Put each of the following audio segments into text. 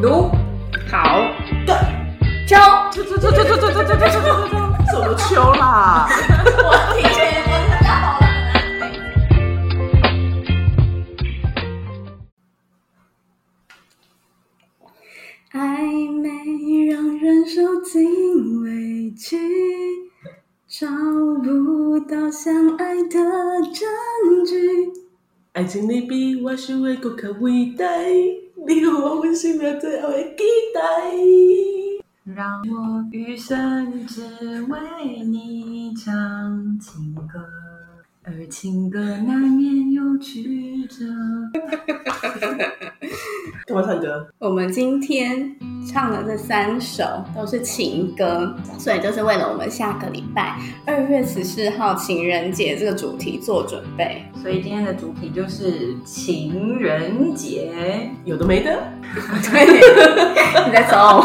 卢好对，秋，走走走走走走走走走走走。什么秋啦？我提前跟大家好了。暧昧让人受尽委屈，找不到相爱的证据。爱情里比我想的更加伟大，你给我阮生命最后的期待。让我余生只为你唱情歌，而情歌难免有曲折。干嘛唱歌？我们今天唱的这三首都是情歌，所以就是为了我们下个礼拜二月十四号情人节这个主题做准备。所以今天的主题就是情人节。有的没的。对， 你在走。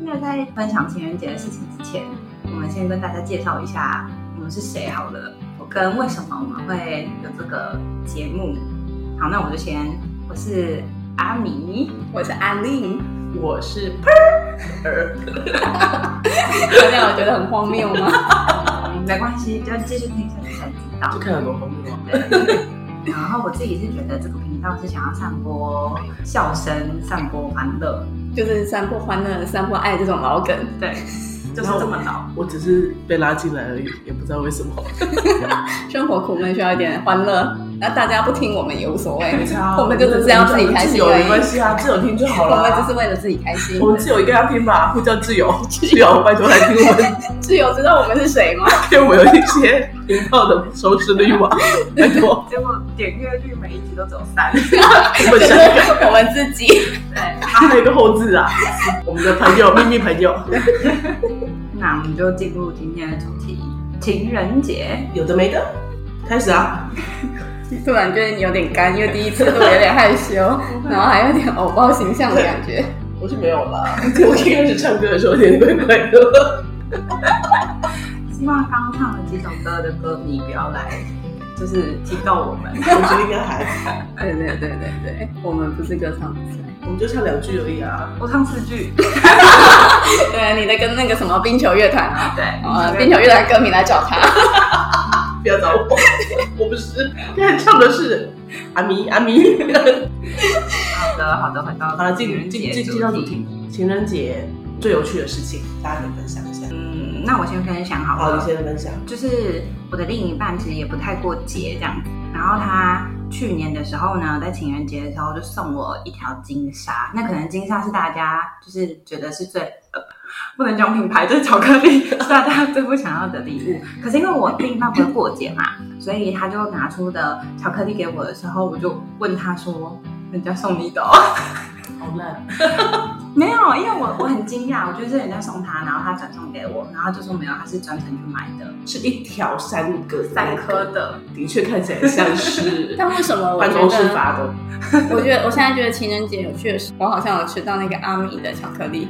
那在分享情人节的事情之前，我们先跟大家介绍一下我们是谁好了，跟为什么我们会有这个节目。好，那我就先，我是阿米，我是阿令，我是大家有觉得很荒谬吗？ 嗯没关系，就继续听下去才知道就。看很多方面啊。对。然后我自己是觉得这个频道是想要散播笑声、散播欢乐，就是散播欢乐、散播爱这种老梗。对，就是这么老。我只是被拉进来而已，也不知道为 什么。生活苦闷需要一点欢乐，那大家不听我们也无所谓， 我我们就只是要自己开心有而已没。关系啊，自由听就好 我了。们只是为了自己开心。我们自由一个要听吧，呼叫自由，自由，拜托来听我们，自由知道我们是谁吗？给我们有一些频道的收视率嘛，拜托，结果点阅率每一集都只有三， 我就们是 想一个，我们自己。对。还有一个后置啊，我们的朋友，秘密朋友，那我们就进入今天的主题，情人节。有的没的，开始啊，突然觉得你有点干，因为第一次录有点害羞， 然后还有点偶包形象的感觉。我是没有啦， 我一开始唱歌的时候有点怪怪的，希望刚唱的几首歌的歌迷不要来，就是提到我们。我觉得应该还好，对哎对对对对，我们不是歌唱比赛。我们就唱两句而已啊，我唱四句， 对，啊你在跟那个什么冰球乐团啊，对，哦呃，冰球乐团歌迷来找他。 不要找我， 我不是，刚才唱的是阿咪阿咪， 好的，好的，回到好了，情进人进节进进到主题，情人节最有趣的事情，大家可以分享一下。嗯，那我先分享好好，了。你先分享。就是我的另一半其实也不太过节这样子，然后他去年的时候呢，在情人节的时候就送我一条金沙，那可能金沙是大家就是觉得是最呃不能讲品牌，就是巧克力是大家最不想要的礼物。可是因为我另一半不会过节嘛，所以他就拿出的巧克力给我的时候，我就问他说：“人家送你的、哦？” 好烂，没有，因为我我很惊讶，我觉得是人家送他，然后他转送给我，然后就说没有，他是专程去买的，是一条三个三颗，的。的确看起来像 是但为什么我办觉公室得，发的。我觉得我现在觉得情人节有趣的是，我好像有吃到那个阿米的巧克力，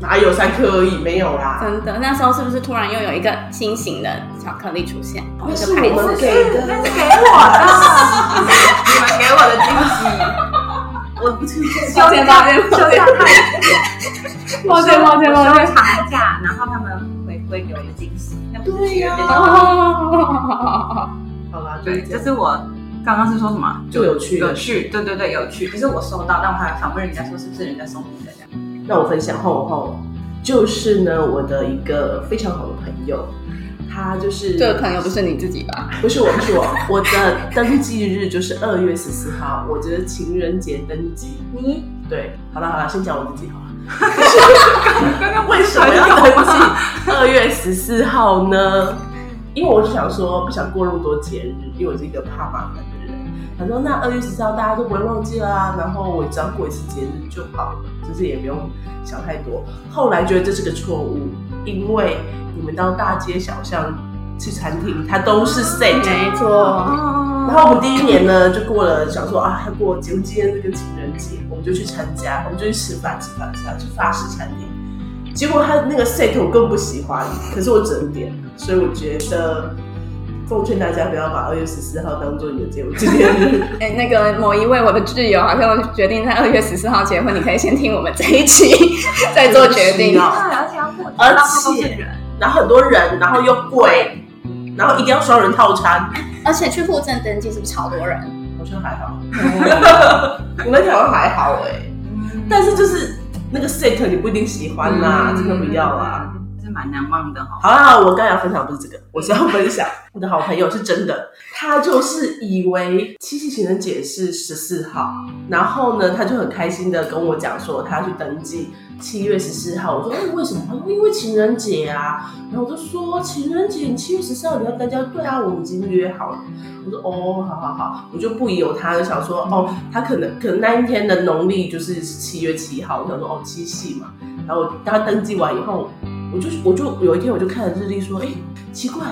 哪有三颗而已？没有啦，真的。那时候是不是突然又有一个新型的巧克力出现？那个是牌我们子 给那的，是给我的，你们给我的惊我不知道。喜。抱歉抱歉抱休歉假太 抱歉抱歉抱歉休长假，然后他们回归给我一个惊喜。那不是对呀情人节哦，好啦，就是对，这这样是我刚刚是说什么？就有趣有了。趣，对对对，有趣。就是我收到，但我还反问人家说是不是人家送你的这样。那我分享换我换我，就是呢，我的一个非常好的朋友，他就是这个朋友不是你自己吧？不是我，不是我，我的登记日就是二月十四号，我的情人节登记。你对，好了好了，先讲我自己好了。刚刚为什么要登记 二月十四号呢？因为我就想说不想过那么多节日，因为我是一个怕麻烦的人。他说那二月十四号大家都不会忘记啦，然后我只要过一次节日就好了，就是也不用想太多。后来觉得这是个错误，因为你们到大街小巷去餐厅，它都是 set，没错哦然后我们第一年呢，就过了，想说啊，要过节目纪念日跟情人节，我们就去参加，我们就去吃饭吃饭吃饭，去法式餐厅。结果他那个 set 我更不喜欢，可是我只能点，所以我觉得奉劝大家不要把二月十四号当做你的结婚纪念日。 哎、那个某一位我的挚友好像决定在二月十四号结婚，你可以先听我们这一 期再做决定是。啊而且要过节，而且到处都是人，然后很多人，然后又贵，然后一定要双人套餐，而且去户政登记是不是超多人？好像还好。我们台湾还好哎、但是就是那个 set 你不一定喜欢啦，嗯真的不要啊啦。，是蛮难忘的哈。好啦，好啦我刚才要分享的不是这个，我是要分享我的好朋友是真的，他就是以为七夕情人节是十四号，然后呢，他就很开心的跟我讲说他去登记七月十四号。我说、哎为什么？他说因为情人节啊。然后我就说情人节你七月十四号你要登记？他说对啊，我们已经约好了。我说哦，好好好，我就不由他，就想说哦，他可能可能那一天的农历就是七月七号，我想说哦七夕嘛。然后我他登记完以后，我就我就有一天我就看了日历说，哎，奇怪，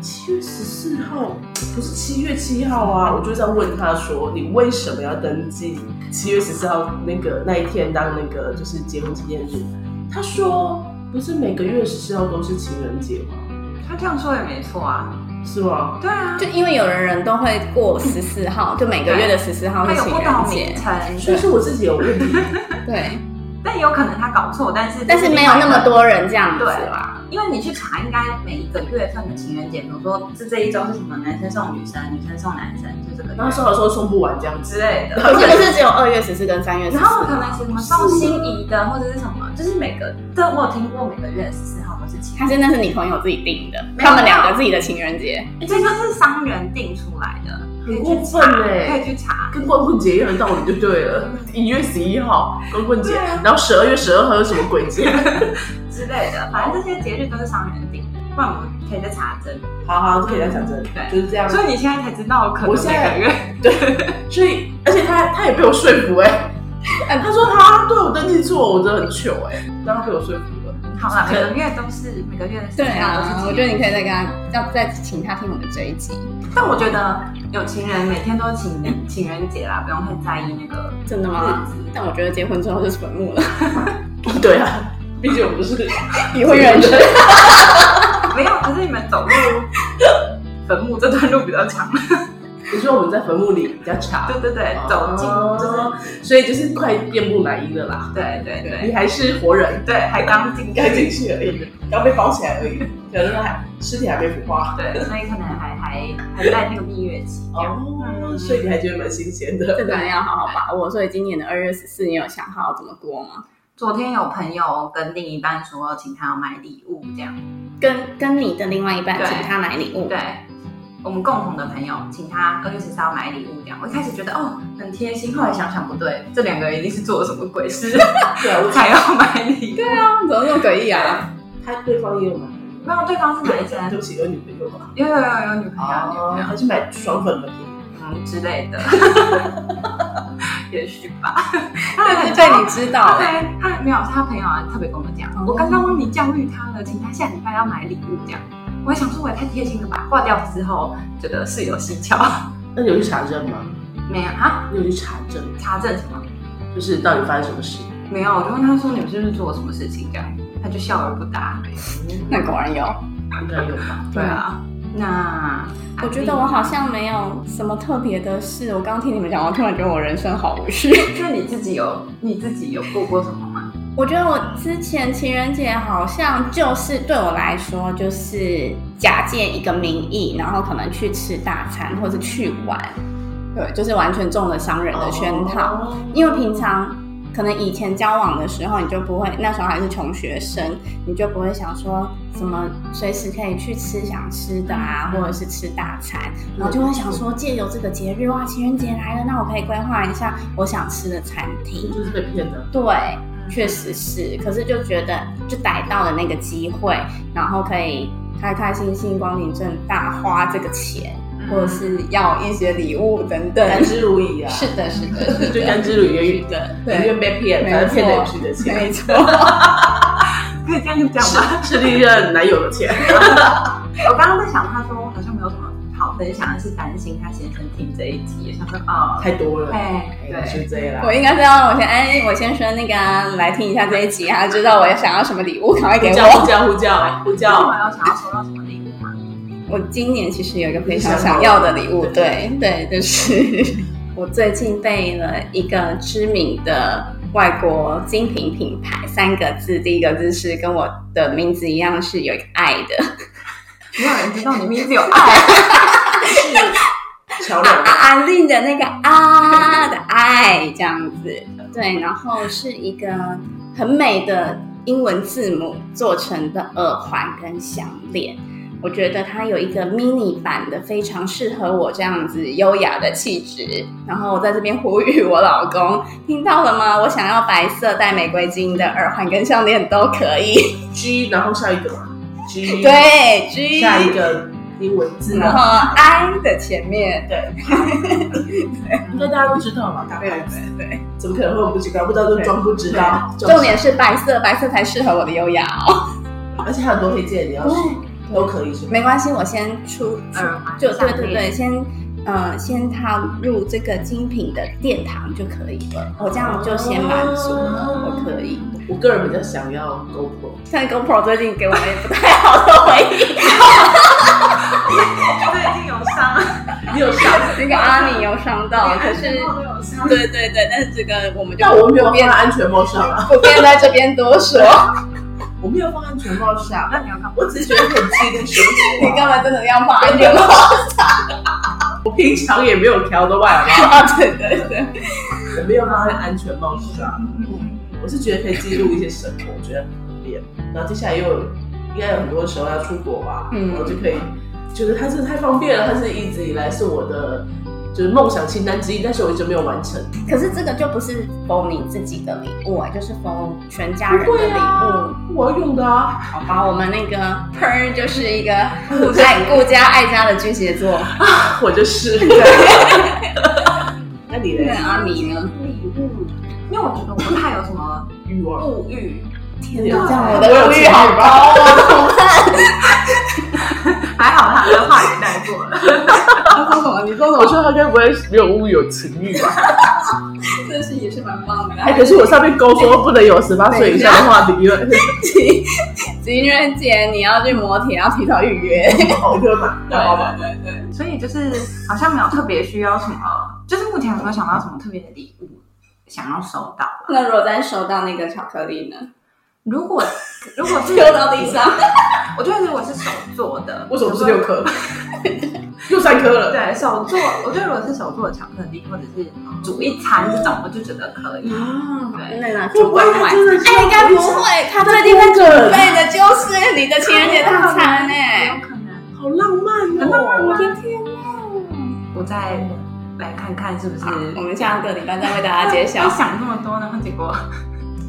七月十四号不是七月七号啊？我就在问他说，你为什么要登记七月十四号那个那一天当那个就是结婚纪念日？他说不是每个月十四号都是情人节吗？他这样说也没错啊，是吗？对啊就，因为有的人都会过十四号，就每个月的十四号他是有情不同人名节，称，所以是我自己有问题。对，但有可能他搞错，但是但是没有那么。多人这样子啊对啦。啦，因为你去查，应该每一个月份的情人节，比如说这这一周是什么，男生送女生，女生送男生，就这个然后说好说送不完这样子，之类的。可是不是只有二月十四跟三月十然四？后可能什么送心仪的，或者是什么，就是每个，这我有听过，每个月十四号都是情人还是那是你朋友自己定的，没有他们两个自己的情人节。节，这个是商人定出来的，很过分哎、可以去查。跟光棍节一样的道理就对了，一月十一号光棍节对啊，然后十二月十二号有什么鬼节？ 之类的，反正这些节日都是商人定的，不然我们可以再查证。好好，可以来讲这里，对就是这样。所以你现在才知道，可能我现在每个月所以，而且他他也被我说服哎、哎，他说他对我登记错，我真的很糗哎、但他被我说服了。好了，每个月都是每个月的对四号都是情人啊，节我觉得你可以再跟他，要再请他听我们这一集，但我觉得有情人每天都是情人情人节啦，不用太在意那个真的吗？日子。 但我觉得结婚之后就是坟墓 了，对啊，毕竟我不是已婚人士。没有，可是你们走路坟墓这段路比较长。哦你说我们在坟墓里比较长，对对对，走进就是是，哦所以就是快遍布南一了啦。对对你对还是活人，对，还刚进刚进去，去而已，刚被包起来而已，可能还尸体还没腐化。对，所以可能还还还在那个蜜月期这样。哦，所以你还觉得蛮新鲜的。这段要好好把握。所以今年的二月十四，你有想好要怎么过吗？昨天有朋友跟另一半说，请他要买礼物这样。跟跟你的另外一半对请他买礼物，对，我们共同的朋友请他二月十三号买礼物这样。我一开始觉得哦很贴心，后来想想不对，这两个人一定是做了什么鬼 事对啊，我才要买礼物。对啊，啊，怎么那么诡异 啊？他对方也有买，没有，对方是男生对，不起，有女朋友嘛？有有有有女朋友，有女朋友还是买双粉的？嗯之类的，也许吧。但是被你知道他了，对他没有，是他朋友啊特别跟我讲，我刚刚帮你教育他了，请他下礼拜要买礼物这样。我还想说，我也太贴心了吧！挂掉之后，觉得事有蹊跷。那你有去查证吗？没有啊？你有去查证吗？查证什么？就是到底发生什么事？没有，我就问他说你们是不是做了什么事情这样，他就笑而不答。那果然有。应该有吧？对啊，那我觉得我好像没有什么特别的事。我刚听你们讲，我突然觉得我人生好无趣。那你自己有你自己有过过什么吗？ 我觉得我之前情人节好像就是对我来说，就是假借一个名义，然后可能去吃大餐或者去玩，对，就是完全中了商人的圈套。哦因为平常可能以前交往的时候，你就不会，那时候还是穷学生，你就不会想说什么随时可以去吃想吃的啊，或者是吃大餐，然后就会想说借由这个节日哇，情人节来了，那我可以规划一下我想吃的餐厅。就是被骗的。对，确实是。可是就觉得就逮到了那个机会，然后可以开开心心、光明正大花这个钱，或者是要一些礼物等等。甘之如饴啊，是的，是的，是 就的，甘之如饴的，对宁愿被骗，没反正骗的也不错是你的钱，没错。可以这样讲 吗？是是利任男友的钱。我刚刚在想，他说好像没有什么好分享，是担心他先生听这一集，想说哦，太多了，哎哎对，是这样我啦。应该是要我先哎，我先说那个啊、来听一下这一集啊，知道我想要什么礼物，赶快给呼我。叫呼叫呼叫呼那叫！我 有想要收到什么礼物吗？我今年其实有一个非常想要的礼物，对对，就是我最近被了一个知名的外国精品品牌，三个字，第一个字是跟我的名字一样，是有一个爱的没有人知道你名字有爱，桥啊梁啊啊令的那个啊的爱这样子，对，然后是一个很美的英文字母做成的耳环跟项链。我觉得它有一个 mini 版的，非常适合我这样子优雅的气质。然后我在这边呼吁我老公，听到了吗？我想要白色带玫瑰金的耳环跟项链都可以。 G，然后下一个嘛 G，，对，G，下一个英文字啊然呢？后 I 的前面，对应该大家都知道吧？大对牌子对对。怎么可能会我不知道？不知道就装不知道。重点是白色，白色才适合我的优雅哦。而且还有很多推荐，你要是都可以是吗？没关系，我先出呃耳环就对项对链对，先呃先踏入这个精品的殿堂就可以了。我这样就先满足了，哦我可以。我个人比较想要 GoPro，但 GoPro 最近给我也不太好的回忆。这已经有伤了，你有上？那个阿米有伤到，可是有伤。啊对对对，但是这个我们就但我没有放不在便安全帽上 啊，不便在这边多说。我没有放安全帽上，啊那你要干嘛？我只是觉得很记录生 你活。干嘛真的要骂安全帽？我平常也没有调的外嘛，啊，对对对， 我没有放在安全帽上，我是觉得可以记录一些生活，我觉得很方便。然后接下来又有应该有很多时候要出国吧，嗯然后就可以觉得它真的太方便了，它是一直以来是我的就是梦想清单之一，但是我一直没有完成。可是这个就不是 for 你自己的礼物啊，就是 for 全家人的礼物。，我要用的啊，好吧，我们那个 Per 就是一个顾爱顾家爱家的巨蟹座。我 就是。那你那呢？阿米呢？因为我觉得我不太有什么欲望。物欲，天哪这样我的物欲好高啊！还好他的话也带过了。他说什么？你说什我么？觉得他该不会没有物有情欲 吧？这是也是蛮棒的。哎，可是我上面勾说不能有十八岁以下的话题，因为情人节你要去摩铁，要提早预约。好热嘛，干嘛吧？对对，所以就是好像没有特别需要什么，就是目前有没有想到什么特别的礼物想要收到？那如果再收到那个巧克力呢？如果如果 是丢到地，上。我觉得如果是手做的，为什么不是六颗？又三颗了。对手做，我觉得如果是手做的巧克力，或者是煮一餐这种，我就觉得可以。对那个会主不会管他买。真的是？哎，应该不会，他最近在准备的就是你的情人节大餐哎。有可能，好浪漫很浪漫哦！吗天哪！我再来看看是不是。我们下个礼拜再为大家揭晓我。想这么多，然后结果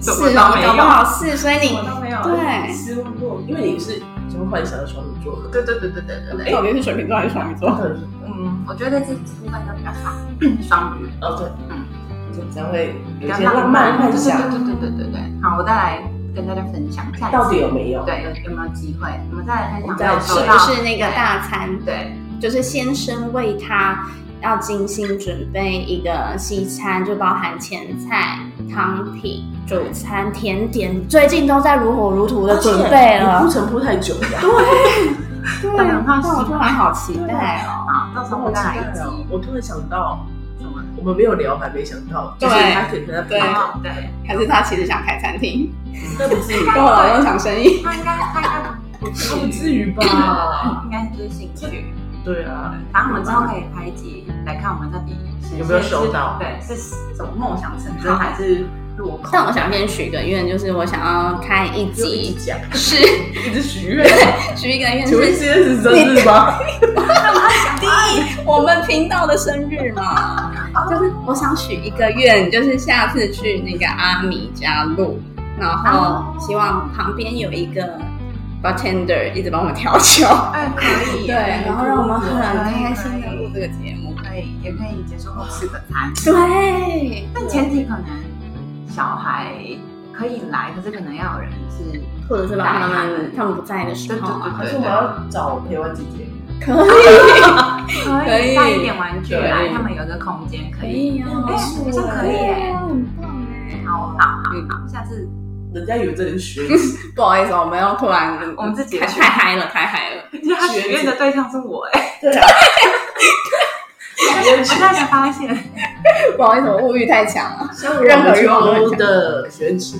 是什么都哦，没有搞不好是，所以我你都没有。对，失落，因为你是什么幻想的双鱼座？对对对对对哎对对。哦到底是水瓶座还是双鱼我座？可能是嗯，我觉得这部分就比较 双双鱼，哦，对，嗯嗯，就才会比有一较些浪漫幻想。对对对对对对对。好，我再来跟大家分享下一次到底有没有？对有有没有机会，我们再来分享再到说是不是那个大餐？对就是先生为他要精心准备一个西餐，就包含前菜、汤品、主餐、甜点，最近都在如火如荼的准而备且你铺了。陈铺太久了。对，等很但放心我突然好期待哦。啊，到时候我再来一集。我突然想到，什么？我们没有聊，还没想到，就是对他可能在对哦对，还是他其实想开餐厅，那不至于， 跟我老公抢生意？他应该他应该不至不于，至于吧？应该就是兴趣。对啊，反正我们之后可以拍一集来看我们到底是有没有收到对，是什么梦想成真还是落空？但我想先许个愿，就是我想要开一就一集直讲，是一直许 愿。许一个愿请问是今天是生日吗？我们频道的生日嘛，就是我想许一个愿，就是下次去那个阿米家录，然哦后希望旁边有一个 bartender 一直帮我调酒，哎，可以，对，然后让我们很开心的录这个节目。可以，哎也可以接受后吃个 餐，对，但前提可能小孩可以来，可是可能要有人是或者是把他们他们不在的时候啊，还是我们要找陪玩姐姐？可以，可以带一点玩具来，他们有个空间可以。呀哎好像可以耶啊对啊很棒哎。好好好嗯 好，下次人家以为这里是学 习，不好意思，我们又突然我们自己太太嗨了，太嗨了。就是他许愿的对象是我哎、 对啊，我现在才发现，不好意思，我物欲太强了。像我们秋的学员池，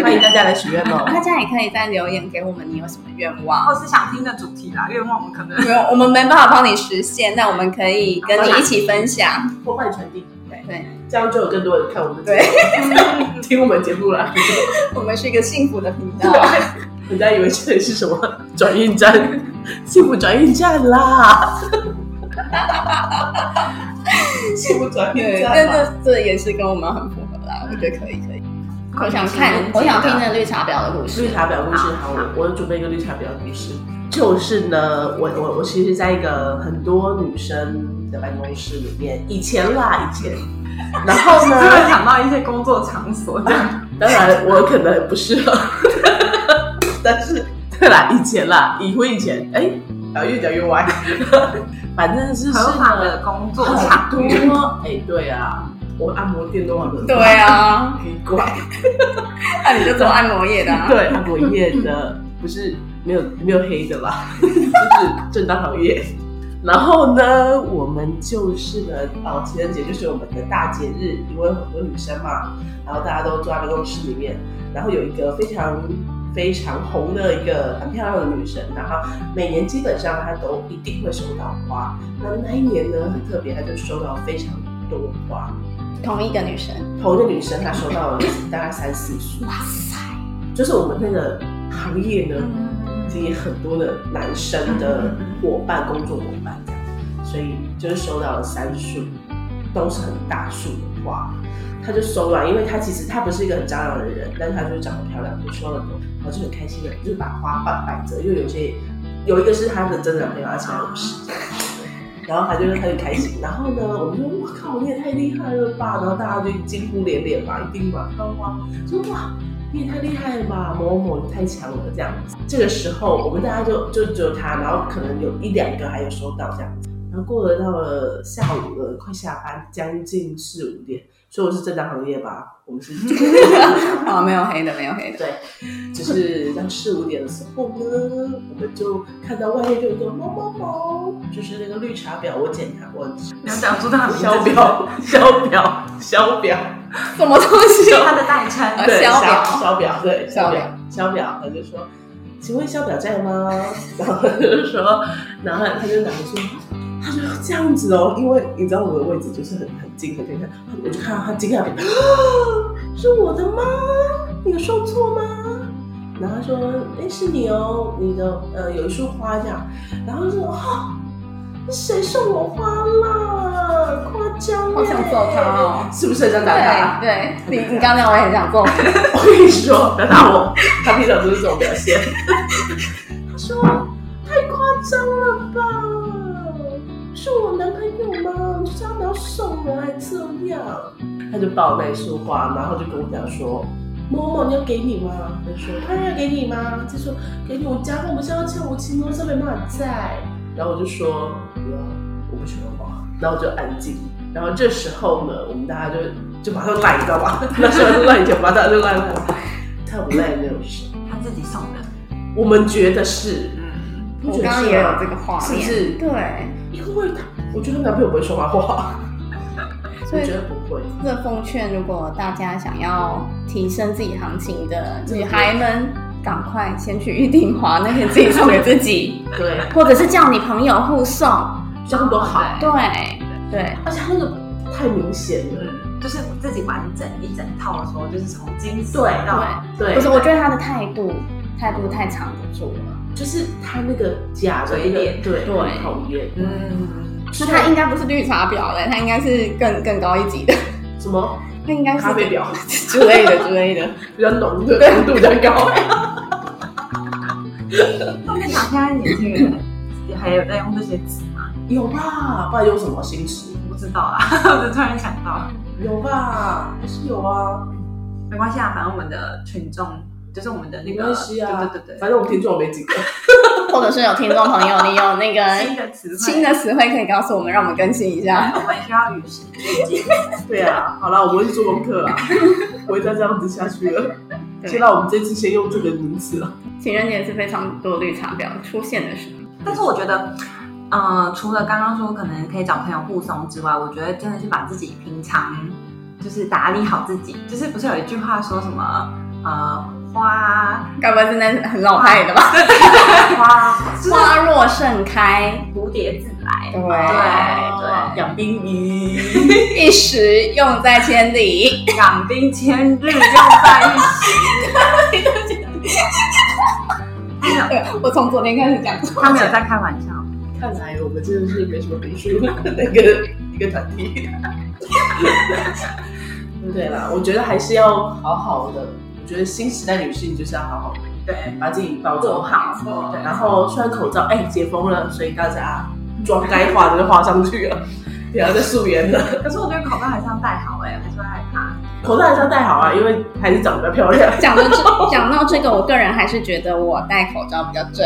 欢迎大家来许愿 哦。大家也可以再留言给我们，你有什么愿望？或哦是想听的主题啦，愿望我们可能没有，我们没办法帮你实现，但我们可以跟你一起分享。或帮你传递，对，这样就有更多人看我们的节目， 听我们节目啦。我们是一个幸福的频道。人家以为这里是什么 转运站， 幸福转运站啦， 幸福转运对，站但啦。这这也是跟我们很符合啦，我觉得可以可以。我想看，我我想听那绿茶婊的故事绿。茶婊故事，好，我我有准备一个绿茶婊的故事，就是呢，我我我其实在一个很多女生的办公室里面，以前啦， 以前，然后突然呢，想到一些工作场所这 样，当然我可能不适合， 但是对啦，以前啦，已婚以前，哎、啊越讲越歪，反正就是合法的工作场很多，哎、对啊，我按摩店都很对，啊，奇怪，那你就做按摩业的啊。对，按摩业的不是没有没有黑的啦， 就是正当行业。然后呢，我们就是呢，哦，情人节就是我们的大节日，因为很多女生嘛，然后大家都坐在办公室里面，然后有一个非常非常红的一个很漂亮的女生，然后每年基本上她都一定会收到花。那那一年呢，很特别，她就收到非常多花。同一个女生，同一个女生，她收到了大概三四束。哇塞！嗯就是我们那个行业呢，嗯其实也很多的男生的伙伴、工作伙伴这样，所以就是收到了三束，都是很大束的花。她就收了，因为她其实她不是一个很张扬的人，但她就是长得漂亮，就收了很多，然后就很开心的，就是把花瓣摆着，因为有些有一个是她的真的朋友，而且还不是这样然后他就他就开心，然后呢，我们说哇靠，你也太厉害了吧！然后大家就惊呼连连嘛，一定嘛，看哇，说哇，你也太厉害了吧，某某你太强了这样子。这个时候我们大家就就只有他，然后可能有一两个还有收到这样子。然后过了到了下午了，快下班，将近四五点，所以我是正当行业吧，我们是好，没有黑的，没有黑的。对，就是到四五点的时候呢，我们就看到外面就有一个某某某，就是那个绿茶婊，我简他我你要讲出他的名字肖， 表，肖表，肖表，什么东西？他的代称，呃对，肖表肖表，对，肖肖表表，肖表，他就说，请问肖表在 吗？然后他就说，然后他就拿着说，他就这样子哦，因为你知道我的位置就是很很近很近，很近我就看到他惊讶的表情，啊是我的吗？你有受挫吗？然后他说，哎，是你哦，你的呃有一束花这样，然后就说，哦，谁送我花啦？夸张、欸，欸好想揍他哦是不是很想打他？对对，你你刚才我也很想 做，我跟你说，不要打我，他平常就是这种表现。他说太夸张了吧？是我男朋友吗？我知道你要送我还这样。他就抱那一束花，然后就跟我讲说。某某，你要给你吗？我就说当然要给你吗？他说给你，我加班，我现在要欠我期末，这没办法在。然后我就说不要，我不喜欢花。然后就安静。然后这时候呢，我们大家就就马上赖，你知道 吧？那时候就赖就马上就赖赖，他不赖没有事。他自己送的，我们觉得是，嗯，不我觉得刚刚是也有吗这个画是不面，是对，因为他，我觉得男朋友不会说谎话，我所以觉得不会。这奉劝，如果大家想要提升自己行情的女孩们，赶快先去预定花，那天自己送给自 己，对，或者是叫你朋友互送。这样多好，对对，而且他那个太明显了。嗯，就是自己完整一整套的时候，就是从金丝对到对，不是，我觉得他的态度态度太藏不住了，就是他那个假的那个嘴脸对，对很讨厌。嗯，那他应该不是绿茶婊嘞，他应该是更更高一级 的，什么他应该是咖啡婊之类的之类的。比较浓的，浓度比较高。那你现在年轻人还有在用这些词吗？ 有吧？不然用什么新词？我不知道啦， 我就突然想到，有吧？还是有啊？没关系啊，反正我们的群众就是我们的那没个，关系啊，对对对对，反正我们听众没几 个。或者是有听众朋友，你有那新个的词汇， 新的词汇可以告诉我们，让我们更新一啊下。我们需要与时俱进。 对啊，好啦，我们会去做功课啊，不会再这样子下去了。对先让我们这次先用这个名词了。情人节是非常多绿茶婊出现的时候。但是我觉得，呃，除了刚刚说可能可以找朋友互送之外，我觉得真的是把自己平常就是打理好自己，就是不是有一句话说什么呃花该不会是那很老派的吧？花花若盛开，蝴蝶自来，对对养冰鱼，一时用在千里。对，养兵千日用在一时。他没有， 我从昨天开始讲，哎他没有在开玩笑。 看来我们真的是没什么读书的 那个一个团 体。对啦，我觉得还是要好好的。我觉得新时代女性就是要好好的对，把自己包做装好对，嗯对然后虽然口罩哎、解封了，所以大家妆该化的就化上去了， 不要再素颜了。 可是我觉得口罩还是要戴好哎、欸，还是会害怕。口罩还是要戴好啊，因为还是长得比较漂亮。讲到这，讲到这个，我个人还是觉得我戴口罩比较正。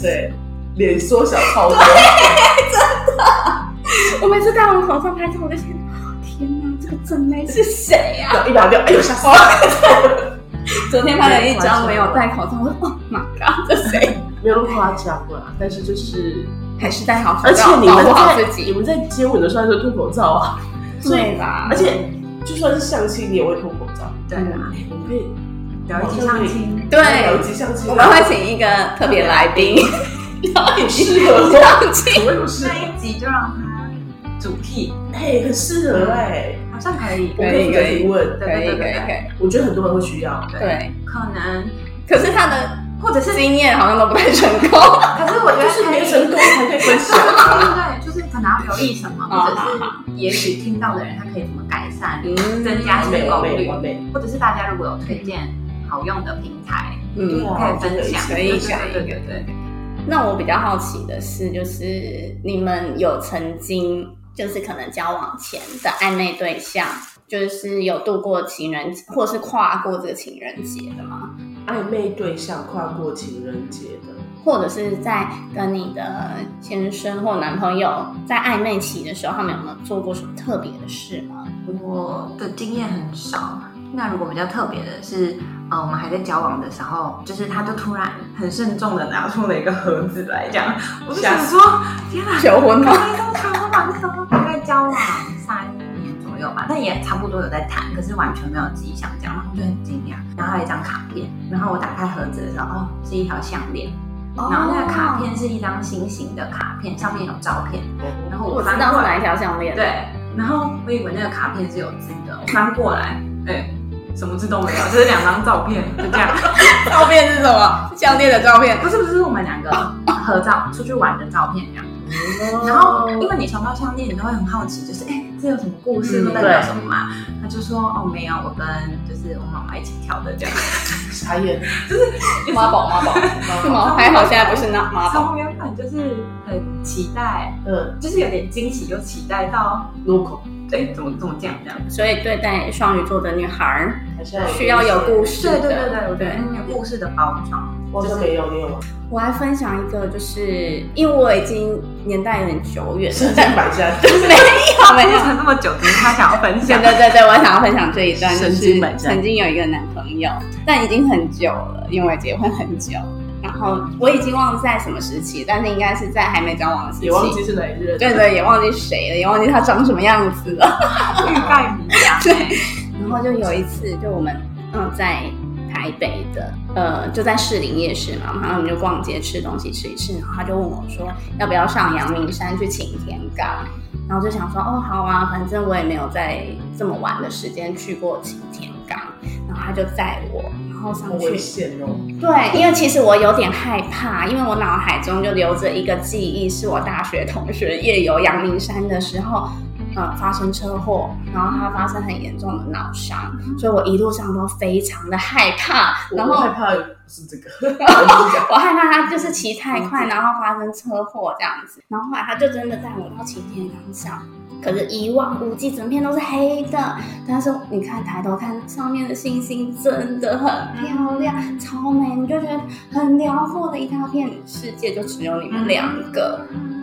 对，脸缩小超多。我每次戴完口罩拍照，我就想，天哪，这个正妹是谁呀、一秒掉，哎呦吓死 我！昨天拍了一张没有戴口罩，我说哦，My God，这谁？没有那么夸张啦，但是就是，还是戴好口而且罩，你保们护好在自你己，们在接吻的时候还是脱口罩啊，所以对吧而？且就算是相亲你也会脱口罩。嗯对啊，我们可以有一集相哦亲，对，有一集相亲啊，我们会请一个特别来宾，很适 合吗？上去我也不适那合，一集就让他主 key，哎，很适合哎，好像可以。我可可以以负责提问，对可以对对可以对可以，我觉得很多人会需要。对。可能，可是他的或者是，经验好像都不太成功。可是我觉得就是可以没成啊功才可以分享啊。对对对，就是可能要留意什么，或者是也许听到的人他可以怎么改善，嗯增完加成美完功美率，完美，或者是大家如果有推荐好用的平台，嗯，可以分享，可以对可以对对对对。那我比较好奇的是，就是你们有曾经就是可能交往前的暧昧对象，就是有度过情人节，或是跨过这个情人节的吗？ 暧昧对象跨过情人节的，或者是在跟你的先生或男朋友在暧昧期的时候，他们有没有做过什么特别的事吗？我的经验很少。那如果比较特别的是，呃，我们还在交往的时候，就是他就突然很慎重的拿出了一个盒子来讲，我就想说，天哪， 求婚吗？刚刚交往的时候大概交往三年左右吧，但也差不多有在谈，可是完全没有自己想讲，然后就很惊讶。然后还有一张卡片，然后我打开盒子的时候，哦，是一条项链，然后那个卡片是一张心形的卡片，上面有照片，哦然后我我知翻道过是哪来一，条项链，，对，然后我以为那个卡片是有字的，我翻过来，哎，什么字都没有，就是两张照片，就这样。照片是什么？项链的照片。不是不是，是我们两个合照出去玩的照片这样。哦然后，因为你想到项链，你都会很好奇，就是哎，这有什么故事嗯或代表什么嘛？他就说哦，没有，我跟就是我妈妈一起跳的 这样。傻眼，妈宝妈 宝，是哦吗？还好现在不是那妈宝。从原本就是很期待，嗯，就是有点惊喜，又期待到入口，哎，怎么怎么这样这样？所以对待双鱼座的女孩儿还是要需要有故事对的。对对对，我觉得那个故事的包装，我好像没有，你有吗？我还分享一个，就是因为我已经年代有点久远是了，自己但买下， 没有没 为有。什么这么久？只是他想要分对 享。对对对，我想要分享这一段，就神是经百战曾经有一个男朋友，但已经很久了，因为结婚很久。然后我已经忘记在什么时期，但是应该是在还没交往的时期。也忘记是哪一任，对对，也忘记谁了，也忘记他长什么样子了。欲盖弥彰。然后就有一次，就我们嗯在台北的呃就在士林夜市嘛，然后我们就逛街吃东西吃一吃，然后他就问我说要不要上阳明山去擎天岗，然后就想说哦好啊，反正我也没有在这么晚的时间去过擎天岗，然后他就载我，然后上好去危险哦。对，因为其实我有点害怕，因为我脑海中就留着一个记忆，是我大学同学夜游阳明山的时候，呃，发生车祸，然后他发生很严重的脑伤，所以我一路上都非常的害怕，我然我后害怕是这个， 我不敢我害怕他就是骑太嗯快，然后发生车祸这样子。然后后来他就真的带我到擎天岗上，可是一望无际，整片都是黑的。但是你看抬头看上面的星星，真的很漂亮，嗯超美，你就觉得很辽阔的一大片世界，就只有你们两个。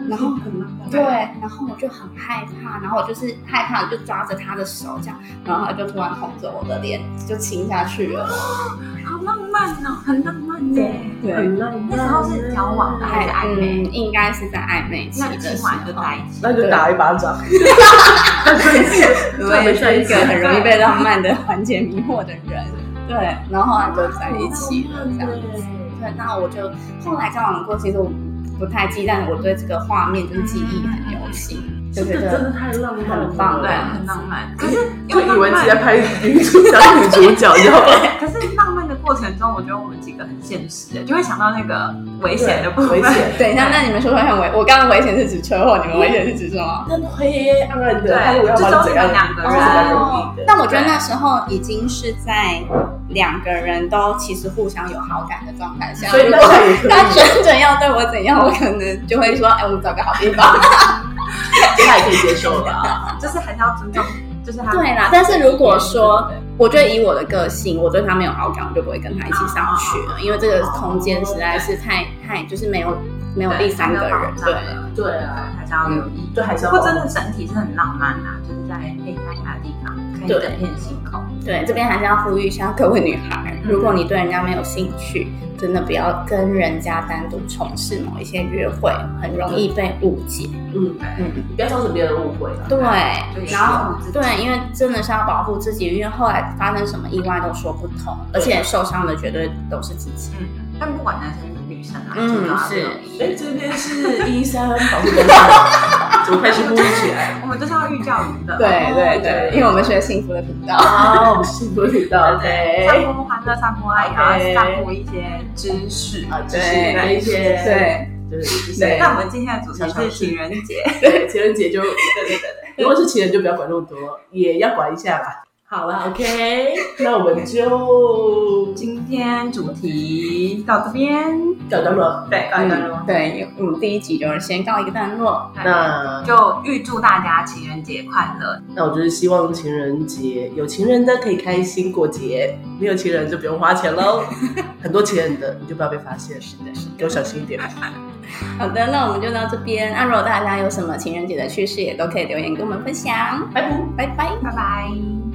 然后很麻烦对，然后我就很害怕，然后我就是害怕，我就抓着他的手这样，然后他就突然捧着我的脸就亲下去了。哦好浪漫哦，很浪漫耶。对，很浪漫。那时候是交往吧还还是暧昧？嗯，应该是在暧昧期那的今时晚就候。在一起。那就打一巴掌。 我也是一个 很容易被浪漫的环节迷惑的人。对，然后后来就在一起了，这样子。对，那我就后来交往过，其实我不太记，但是我对这个画面跟记忆很犹新，就这觉个真的得太浪漫了，很棒对，很啊浪漫。可是就以为自己在浪拍女主角小女主角，然后 漫可是浪漫的过程中，我觉得我们几个很现实耶，就会想到那个危险的部分危。险。等一下，那你们说说看危，我刚刚危险是指车祸，你们危险是指什 么？但灰黑暗暗的，他如果对，要就把都是怎你样们两个他是比较人。容易的。但我觉得那时候已经是在两个人都其实互相有好感的状态下，所以如那果时候也可以，他真的要对我怎样，我可能就会说，哎，我们找个好地方。他也可以接受的。 就是还是要尊重，就是他。对啦，但是如果说，我觉得以我的个性，我对他没有好感，我就不会跟他一起上去了，因为这个空间实在是太太就是没有没有第三个人，哦对，嗯对对啊，还是要留意。就还是不要过真的整体是很浪漫啊，就是在可以在哪个地方可以对整片星空。对，这边还是要呼吁一下各位女孩，如果你对人家没有兴趣，真的不要跟人家单独从事某一些约会，很容易被误解。嗯，嗯，不要造成别人误会了。啊对啊就，是然后保护自己对，因为真的是要保护自己，因为后来发生什么意外都说不通，而且受伤的绝对都是自己。嗯，但不管男生女生啊，嗯就是都要是留意哎，这边是一三保护公司，怎么开始呼吁起来？我们就是要寓教于乐。对对对哦对，因为我们学幸福的频道。好，我们幸福频道，OK。散播欢乐，散播爱，然后 OK 散播一些知识。啊，就是那一些，对对对对那我们今天的主题是情人节， 对，情人节就对对对对，如果是情人就不要管那么多，也要管一下啦。好了，OK，那我们就今天主题到这边，搞到了。对，嗯，到这边对，我们第一集就是先告一个段落。那就预祝大家情人节快乐。那我就是希望情人节有情人的可以开心过节，没有情人就不用花钱 喽。很多情人的你就不要被发现，是的，啊是的，给我小心一点。好的，那我们就到这边。啊那、如果大家有什么情人节的趣事，也都可以留言跟我们分享。拜拜。拜拜。拜拜。